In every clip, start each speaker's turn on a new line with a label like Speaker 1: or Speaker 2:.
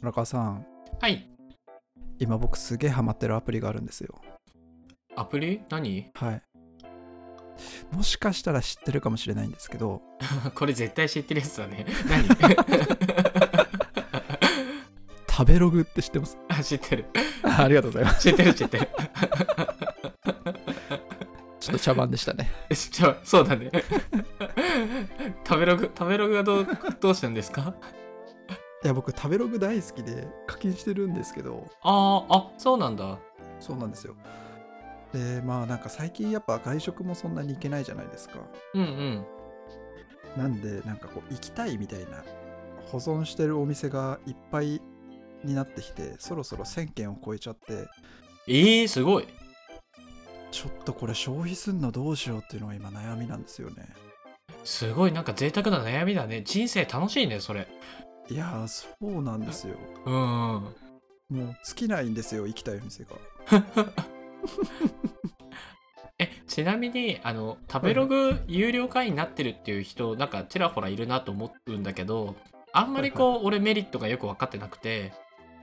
Speaker 1: 村川さん
Speaker 2: はい。
Speaker 1: 今僕すげえハマってるアプリがあるんですよ
Speaker 2: アプリ何
Speaker 1: はいもしかしたら知ってるかもしれないんですけど
Speaker 2: これ絶対知ってるやつだね。何
Speaker 1: 食べログって知ってます
Speaker 2: あ知ってる。
Speaker 1: あありがとうございます
Speaker 2: 知ってる知ってる。
Speaker 1: ちょっと茶番でしたね
Speaker 2: えちょそうだね。 食べログ、食べログはどうどうしたんですか
Speaker 1: いや僕食べログ大好きで課金してるんですけど
Speaker 2: ああ、あそうなんだ。
Speaker 1: そうなんですよでまあなんか最近やっぱ外食もそんなに行けないじゃないですか
Speaker 2: うんうん。
Speaker 1: なんでなんかこう行きたいみたいな保存してるお店がいっぱいになってきてそろそろ1000件を超えちゃって
Speaker 2: ええすごい。
Speaker 1: ちょっとこれ消費すんのどうしようっていうのが今悩みなんですよね
Speaker 2: すごい、なんか贅沢な悩みだね。人生楽しいね、それ。
Speaker 1: いやーそうなんですよ
Speaker 2: うんうん。
Speaker 1: もう尽きないんですよ行きたいお店が
Speaker 2: え、ちなみに、あの、食べログ有料会員になってるっていう人、なんかちらほらいるなと思うんだけど、あんまりこう、俺メリットがよく分かってなくて、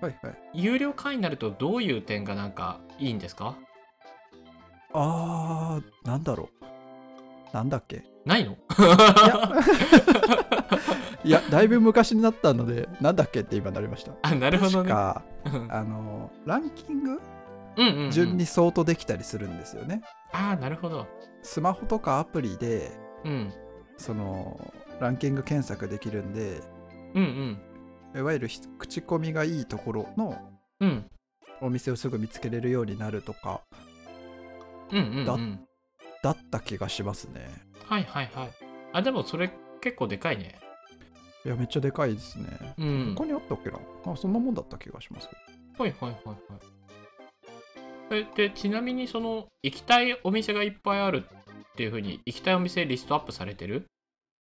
Speaker 1: はいはい
Speaker 2: 有料会員になるとどういう点がなんかいいんですか
Speaker 1: あーなんだろうなんだっけ
Speaker 2: ないの
Speaker 1: いやいやだいぶ昔になったのでなんだっけって今なりました
Speaker 2: あ、なるほど
Speaker 1: 確
Speaker 2: ね。
Speaker 1: か
Speaker 2: うん
Speaker 1: あのランキング
Speaker 2: うんうん、うん。
Speaker 1: 順に相当できたりするんですよね、
Speaker 2: ああ、なるほど。
Speaker 1: スマホとかアプリで
Speaker 2: うん。
Speaker 1: そのランキング検索できるんで
Speaker 2: うんうん。
Speaker 1: いわゆるひ口コミがいいところの
Speaker 2: うん。
Speaker 1: お店をすぐ見つけれるようになるとか
Speaker 2: うんうん、
Speaker 1: だ
Speaker 2: うん。
Speaker 1: だった気がしますね
Speaker 2: はいはいはい。あ、でもそれ結構でかいね。
Speaker 1: いやめっちゃでかいですね、
Speaker 2: うん。
Speaker 1: 他にあったっけなあそんなもんだった気がします
Speaker 2: はいはいはいはい。えでちなみにその行きたいお店がいっぱいあるっていうふうに行きたいお店リストアップされてる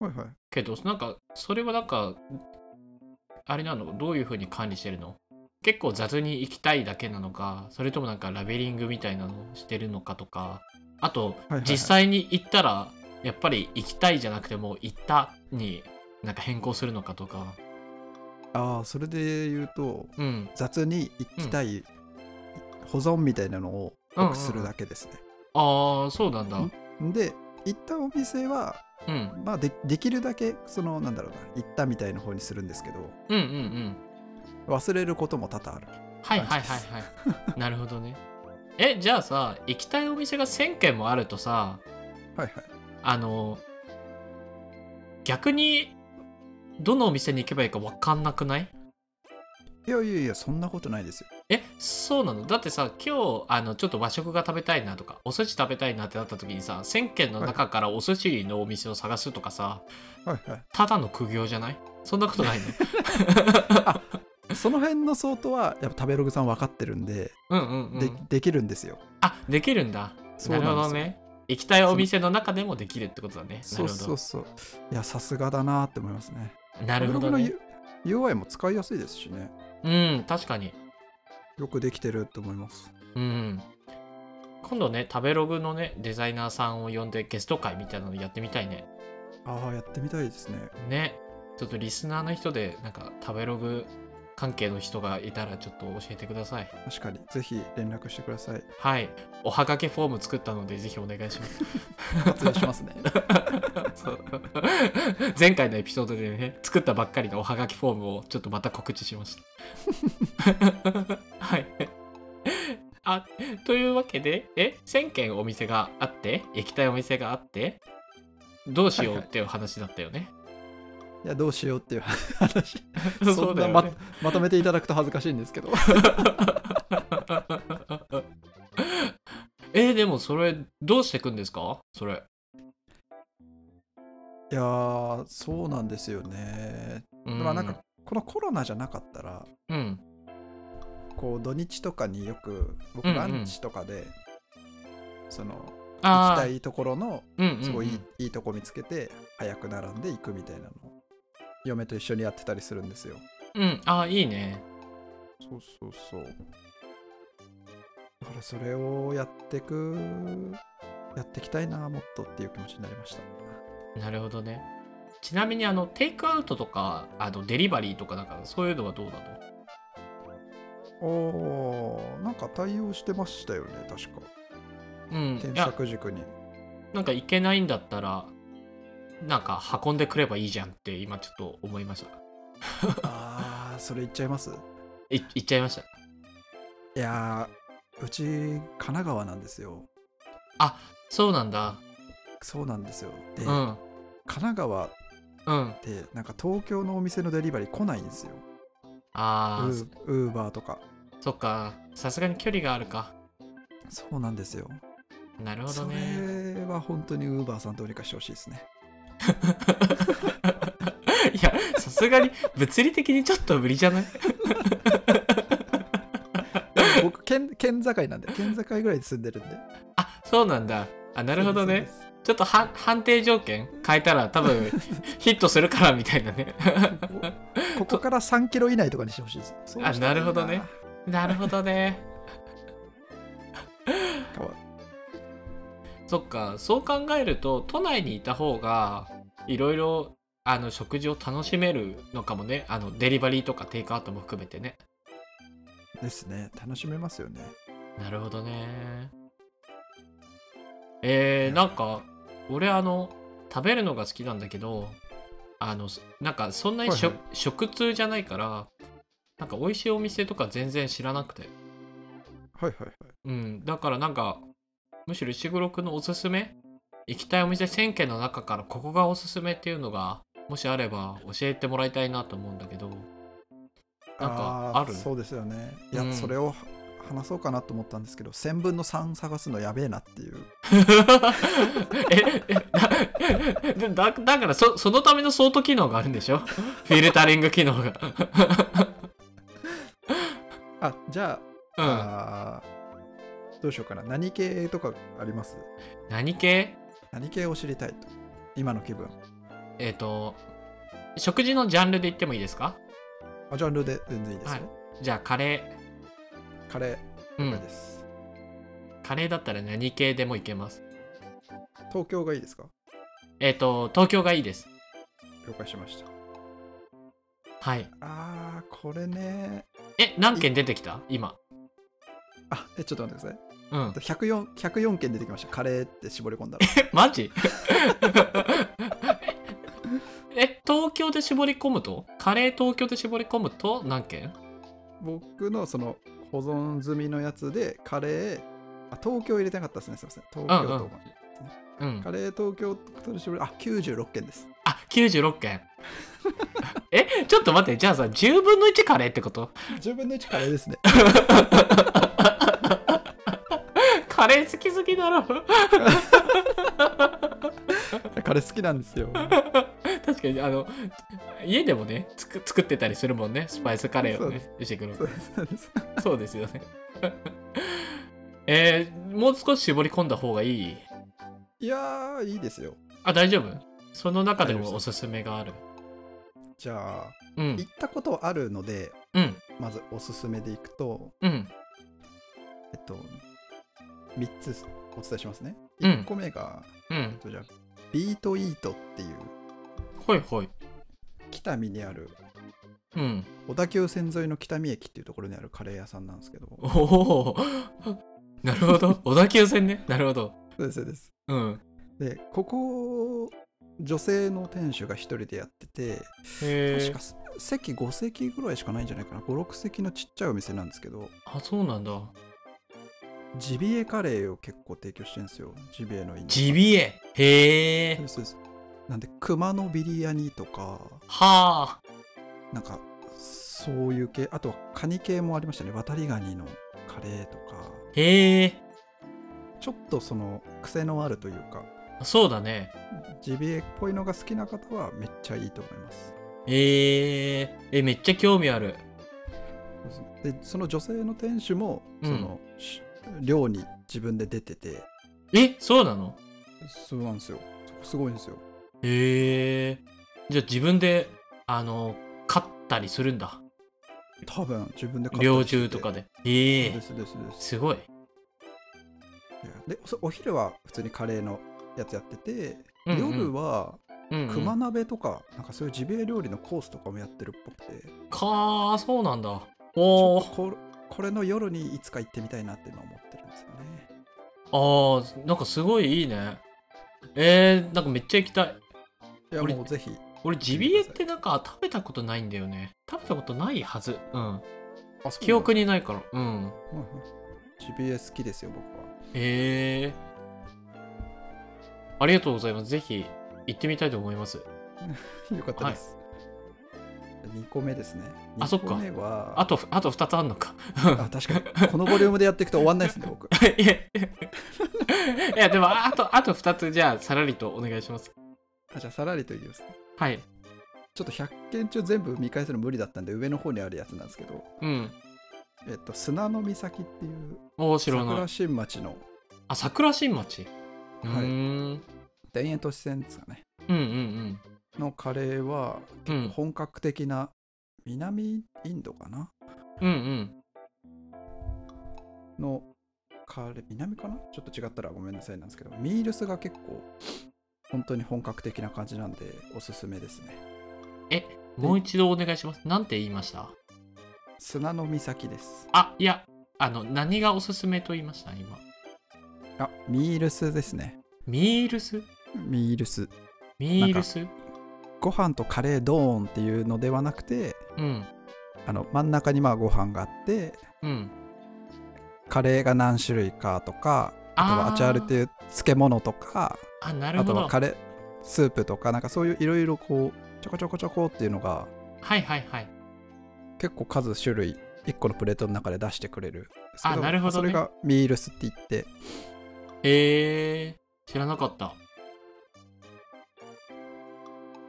Speaker 1: はいはい
Speaker 2: けどなんかそれはなんかあれなのどういうふうに管理してるの結構雑に行きたいだけなのかそれともなんかラベリングみたいなのをしてるのかとかあと
Speaker 1: いはいはい
Speaker 2: 実際に行ったらやっぱり行きたいじゃなくてもう行ったになんか変更するのかとか
Speaker 1: ああそれで言うと
Speaker 2: うん
Speaker 1: 雑に行きたい保存みたいなのを
Speaker 2: うん
Speaker 1: よ
Speaker 2: うんうん
Speaker 1: くするだけですね、
Speaker 2: ああそうなんだ
Speaker 1: んで行ったお店は、
Speaker 2: うん
Speaker 1: まあ、でできるだけそのなんだろうな行ったみたいな方にするんですけど
Speaker 2: うんうんうん
Speaker 1: 忘れることも多々ある
Speaker 2: はいはいは いはい。なるほどね。え、じゃあさ、行きたいお店が1000軒もあるとさ、
Speaker 1: はいはい
Speaker 2: あの、逆に、どのお店に行けばいいか分かんなくない
Speaker 1: いやいやいやそんなことないですよ
Speaker 2: え、そうなのだってさ、今日、あの、ちょっと和食が食べたいなとか、お寿司食べたいなってなった時にさ、1000軒の中からお寿司のお店を探すとかさ、
Speaker 1: はいはい
Speaker 2: ただの苦行じゃないそんなことないの
Speaker 1: その辺の相当はやっぱ食べログさん分かってるんで、
Speaker 2: うんうんう
Speaker 1: で
Speaker 2: ん。
Speaker 1: できるんですよ
Speaker 2: あ、できるんだ。
Speaker 1: そう
Speaker 2: な
Speaker 1: なんですよ
Speaker 2: るほどね。行きたいお店の中でもできるってことだね。な
Speaker 1: そ
Speaker 2: る
Speaker 1: う
Speaker 2: ほ
Speaker 1: そ
Speaker 2: ど
Speaker 1: う。そういやさすがだなって思いますね
Speaker 2: なるほど、
Speaker 1: 食べ
Speaker 2: ね
Speaker 1: ロ。グの U- UI も使いやすいですしね
Speaker 2: うん、確かに。
Speaker 1: よくできてると思います
Speaker 2: うん。今度ね、食べログのね、デザイナーさんを呼んでゲスト会みたいなのやってみたいね。
Speaker 1: ああやってみたいですね
Speaker 2: ね。ちょっとリスナーの人で、なんか食べログ関係の人がいたらちょっと教えてください。
Speaker 1: 確かにぜひ連絡してください
Speaker 2: はい。おはがきフォーム作ったので、ぜひお願いします。
Speaker 1: 活用しますね
Speaker 2: そう 前回のエピソードでね、作ったばっかりのおはがきフォームをちょっとまた告知しました。 はい。 あ、というわけで、え、1000件お店があって、行きたいお店があって、どうしようっていう話だったよね。
Speaker 1: いやどうしようっていう話
Speaker 2: そ
Speaker 1: そ
Speaker 2: うんだ
Speaker 1: な
Speaker 2: よ
Speaker 1: ま
Speaker 2: ね。
Speaker 1: まとめていただくと恥ずかしいんですけど
Speaker 2: え、でもそれ、どうしていくんですかそれ。
Speaker 1: いやーそうなんですよね
Speaker 2: うん
Speaker 1: まあなんかこのコロナじゃなかったら
Speaker 2: うん。
Speaker 1: こう土日とかによく僕
Speaker 2: うんうん
Speaker 1: ランチとかで、その行き
Speaker 2: あ
Speaker 1: た
Speaker 2: あ、
Speaker 1: いところの
Speaker 2: うんうんうん
Speaker 1: すごいいい,、いいとこ見つけて早く並んで行くみたいなのを嫁と一緒にやってたりするんですよ
Speaker 2: うん、ああ、いいね。
Speaker 1: そうそうそうだからそれをやってくやっていきたいなもっとっていう気持ちになりました
Speaker 2: なるほどね。ちなみにあのテイクアウトとかあのデリバリーとかなんかそういうのはどうなの
Speaker 1: ああなんか対応してましたよね確か
Speaker 2: うん
Speaker 1: 添
Speaker 2: いや
Speaker 1: 削塾に
Speaker 2: なんか行けないんだったらなんか運んでくればいいじゃんって今ちょっと思いました
Speaker 1: ああそれ言っちゃいます
Speaker 2: い行っちゃいました
Speaker 1: いやーうち神奈川なんですよ
Speaker 2: そうなんだ
Speaker 1: そうなんですよで、
Speaker 2: うん
Speaker 1: 神奈川っ
Speaker 2: うん
Speaker 1: てなんか東京のお店のデリバリー来ないんですよ
Speaker 2: あ
Speaker 1: ウ
Speaker 2: ー
Speaker 1: ーウーバーとか
Speaker 2: そっかさすがに距離があるか
Speaker 1: そうなんですよ
Speaker 2: なるほど
Speaker 1: そ
Speaker 2: ね
Speaker 1: れは本当にウーバーさんどうにかしてほしいですね
Speaker 2: いやさすがに物理的にちょっと無理じゃない
Speaker 1: 僕県県境なんで県境ぐらいで住んでるんで
Speaker 2: あそうなんだあなるほどねちょっとは判定条件変えたら 多分ヒットするからみたいなね
Speaker 1: そうですそうですこここから3キロ以内とかにしてほしいですそうしたらいい
Speaker 2: あなるほどねなるほどね
Speaker 1: かわ
Speaker 2: そっかそう考えると都内にいた方がいろいろあの食事を楽しめるのかもねあのデリバリーとかテイクアウトも含めてね
Speaker 1: ですね楽しめますよね
Speaker 2: なるほどねえー、なんか俺あの食べるのが好きなんだけどあのそなんかそんなにしょ、
Speaker 1: はいは
Speaker 2: 食通じゃないからなんか美味しいお店とか全然知らなくて
Speaker 1: はいはいはい
Speaker 2: うん、だからなんかむしろ石黒くんのおすすめ行きたいお店1000軒の中からここがおすすめっていうのがもしあれば教えてもらいたいなと思うんだけどなんかあ
Speaker 1: ー
Speaker 2: る
Speaker 1: そうですよねいや、
Speaker 2: うん
Speaker 1: それを話そうかなと思ったんですけど1000分の3探すのやべえなっていう
Speaker 2: ええだだだからそそのためのソート機能があるんでしょフィルタリング機能が
Speaker 1: あじゃ
Speaker 2: う
Speaker 1: あ,、
Speaker 2: ん
Speaker 1: あーどうしようかな何系とかあります
Speaker 2: 何系
Speaker 1: 何系を知りたいと今の気分
Speaker 2: えっ、と食事のジャンルで言ってもいいですか
Speaker 1: あジャンルで全然いいですよ、
Speaker 2: はじゃあカレ
Speaker 1: カレー
Speaker 2: ー、う
Speaker 1: これ
Speaker 2: ん、
Speaker 1: です、
Speaker 2: カレーだったら何系でもいけます
Speaker 1: 東京がいいですか
Speaker 2: えっ、と東京がいいです
Speaker 1: 了解しました
Speaker 2: はい
Speaker 1: あーこれね
Speaker 2: え何件出てきた今
Speaker 1: あえちょっと待ってください
Speaker 2: うん
Speaker 1: あと 104, 104件出てきましたカレーって絞り込んだ ら
Speaker 2: マジえ東京で絞り込むとカレー東京で絞り込むと何件
Speaker 1: 僕のその保存済みのやつでカレーあ東京入れてなかったですねすいません東京と、
Speaker 2: うんうん
Speaker 1: カレー東京取締りあ96件で す
Speaker 2: あ96件 えちょっと待ってじゃあさ10分の1カレーってこと
Speaker 1: 10分の1カレー ですね
Speaker 2: カレー好きすぎだろ
Speaker 1: カレー好きなん ですよ
Speaker 2: 確かにあの家でもねつく作ってたりするもんねスパイスカレーをねしてくる
Speaker 1: そうそうです
Speaker 2: そうですよね えーもう少し絞り込んだ方がいい
Speaker 1: いやーいいですよ
Speaker 2: あ大丈夫その中で
Speaker 1: 大丈夫
Speaker 2: も
Speaker 1: で
Speaker 2: おすすめがある
Speaker 1: じゃあ
Speaker 2: うん
Speaker 1: 行ったことあるので
Speaker 2: うん
Speaker 1: まずおすすめでいくと
Speaker 2: うん
Speaker 1: えっと3つお伝えしますね
Speaker 2: うん
Speaker 1: 1個目が、
Speaker 2: うん
Speaker 1: えっとじゃあビートイートっていう
Speaker 2: ほいほい
Speaker 1: 北見にある
Speaker 2: うん
Speaker 1: 小田急線沿いの北見駅っていうところにあるカレー屋さんなんですけど
Speaker 2: おおなるほど小田急線ねなるほど
Speaker 1: そうですそうです
Speaker 2: うん
Speaker 1: でここ女性の店主が一人でやってて
Speaker 2: へ
Speaker 1: 確
Speaker 2: え
Speaker 1: か席5席ぐらいしかないんじゃないかな56席のちっちゃいお店なんですけど
Speaker 2: あそうなんだ
Speaker 1: ジビエカレーを結構提供してるんですよジビエのインド
Speaker 2: ジビエへえ
Speaker 1: そうですそうですなんで熊のビリヤニとか
Speaker 2: はあ
Speaker 1: なんかそういう系あとはカニ系もありましたね渡りガニのカレーとか
Speaker 2: へえ
Speaker 1: ちょっとその癖のあるというか
Speaker 2: そうだね
Speaker 1: ジビエっぽいのが好きな方はめっちゃいいと思います
Speaker 2: へええめっちゃ興味ある
Speaker 1: でその女性の店主も
Speaker 2: うん
Speaker 1: その、し寮に自分で出てて
Speaker 2: えそうなの
Speaker 1: そうなんですよそこすごいんですよ
Speaker 2: へえじゃあ自分であの買ったりするんだ
Speaker 1: 多分自分で買ったり
Speaker 2: 猟
Speaker 1: してて
Speaker 2: 銃とかでへ
Speaker 1: で
Speaker 2: え
Speaker 1: すですです
Speaker 2: すごい
Speaker 1: いやでそお昼は普通にカレーのやつやってて、
Speaker 2: うんうん
Speaker 1: 夜は
Speaker 2: うんうん
Speaker 1: 熊鍋とか、なんかそういうジビエ料理のコースとかもやってるっぽくて、ち
Speaker 2: かあそうなんだ
Speaker 1: ょ
Speaker 2: お
Speaker 1: っと
Speaker 2: ー
Speaker 1: ここれの夜にいつか行ってみたいなっていうのは思ってるんですよね。
Speaker 2: あーなんかすごいいいねえー、なんかめっちゃ行きたい
Speaker 1: いや
Speaker 2: 俺
Speaker 1: もうぜひ、
Speaker 2: 俺ジビエってなんか食べたことないんだよね食べたことないはずうん記憶
Speaker 1: に、
Speaker 2: にないからうん
Speaker 1: うんうんジビエ好きですよ、僕は。
Speaker 2: へえありがとうございますぜひ行ってみたいと思います
Speaker 1: よかったです。2個目ですね。
Speaker 2: あそっ
Speaker 1: 2
Speaker 2: か
Speaker 1: 個目は、
Speaker 2: あとあと2つあんのか
Speaker 1: あ確かに、このボリュームでやっていくと終わんないですね、僕。
Speaker 2: いやいやいやでもあとあと2つじゃあさらりとお願いします
Speaker 1: あじゃあ、さらりと言いますね。
Speaker 2: はい
Speaker 1: ちょっと100件中全部見返すの無理だったんで、上の方にあるやつなんですけど、
Speaker 2: うん
Speaker 1: えっと、砂の岬っていう、
Speaker 2: おー知らない
Speaker 1: 桜新町の
Speaker 2: あ桜新町うーん、
Speaker 1: 田園都市線ですかね、
Speaker 2: うんうん
Speaker 1: のカレーは、
Speaker 2: うんうん
Speaker 1: 本格的な、南インドかな
Speaker 2: うんうん
Speaker 1: のカレー、南かなちょっと違ったらごめんなさいなんですけど、ミールスが結構、本当に本格的な感じなんで、おすすめですね。
Speaker 2: もう一度お願いしますなんて言いました
Speaker 1: 砂の岬です。
Speaker 2: あいやあの何がおすすめと言いました今
Speaker 1: あ、ミールスですね。
Speaker 2: ミールス
Speaker 1: ミールス。
Speaker 2: ミールス
Speaker 1: ご飯とカレードーンっていうのではなくて、
Speaker 2: うん
Speaker 1: あの真ん中にまあご飯があって、
Speaker 2: うん
Speaker 1: カレーが何種類かとか、あとはア
Speaker 2: ー
Speaker 1: チャールっていう漬物とか、
Speaker 2: あなる
Speaker 1: あ
Speaker 2: ほ
Speaker 1: と
Speaker 2: ど
Speaker 1: はカレースープとか、なんかそういういろいろこう、ちょこちょこちょこっていうのが、
Speaker 2: はいはいはい
Speaker 1: 結構数種類、1個のプレートの中で出してくれるんですけど。
Speaker 2: あなるほ
Speaker 1: そ
Speaker 2: どね
Speaker 1: れがミールスって言って、
Speaker 2: へえ知らなかった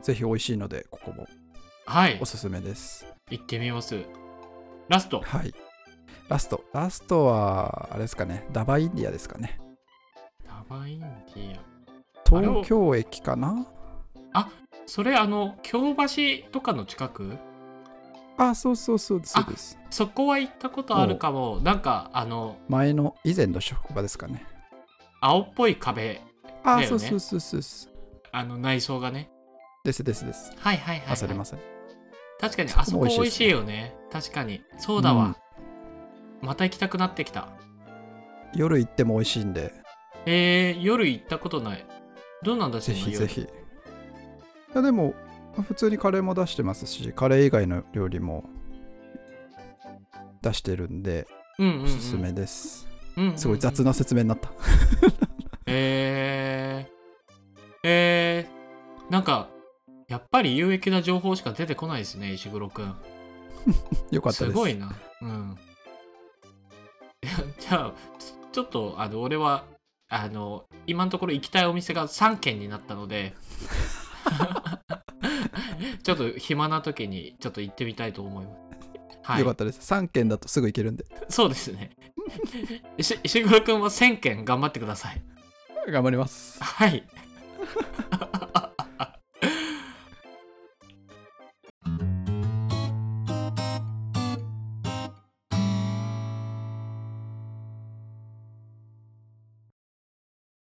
Speaker 1: ぜひ美味しいので、ここも
Speaker 2: はい
Speaker 1: おすすめです。
Speaker 2: 行ってみますラスト
Speaker 1: はい。ラスト。ラストは、あれですかね。ダバインディアですかね。
Speaker 2: ダバインディアあれを
Speaker 1: 東京駅かな
Speaker 2: それあの京橋とかの近く
Speaker 1: あ、そうそうそう、そうです。
Speaker 2: そこは行ったことあるかもなんかあの
Speaker 1: 前の、以前の職場ですかね。
Speaker 2: 青っぽい壁
Speaker 1: あ、
Speaker 2: だよ
Speaker 1: そ
Speaker 2: ね
Speaker 1: うそうそうそうそう。
Speaker 2: あの内装がね
Speaker 1: ですですです。
Speaker 2: はいはいはい、はい、
Speaker 1: あされますね。
Speaker 2: 確かにあそこ
Speaker 1: そこも
Speaker 2: 美
Speaker 1: 美
Speaker 2: 味
Speaker 1: 味
Speaker 2: し
Speaker 1: し
Speaker 2: い
Speaker 1: いですね
Speaker 2: よね確かにそうだわ、また行きたくなってきた
Speaker 1: 夜行っても美味しいんで、
Speaker 2: えー、夜行ったことないどうなんだ
Speaker 1: ぜひぜ
Speaker 2: そ
Speaker 1: ひ。いや、でも、普通にカレーも出してますし、カレー以外の料理も出してるんで、
Speaker 2: の夜うん
Speaker 1: お
Speaker 2: うん、うん、
Speaker 1: すすめです。
Speaker 2: うんうんうん
Speaker 1: すごい雑な説明になった。
Speaker 2: えー、えー、なんかやっぱり有益な情報しか出てこないですね石黒くん
Speaker 1: よかった
Speaker 2: す
Speaker 1: です。
Speaker 2: ごいなうんいやじゃあちちょっとあの俺はあの今のところ行きたいお店が3軒になったのでちょっと暇な時にちょっと行ってみたいと思いますはい
Speaker 1: よかったです。3軒だとすぐ行けるんで、
Speaker 2: そうですね石石黒くんは1000件頑張ってください
Speaker 1: 頑張ります。
Speaker 2: はい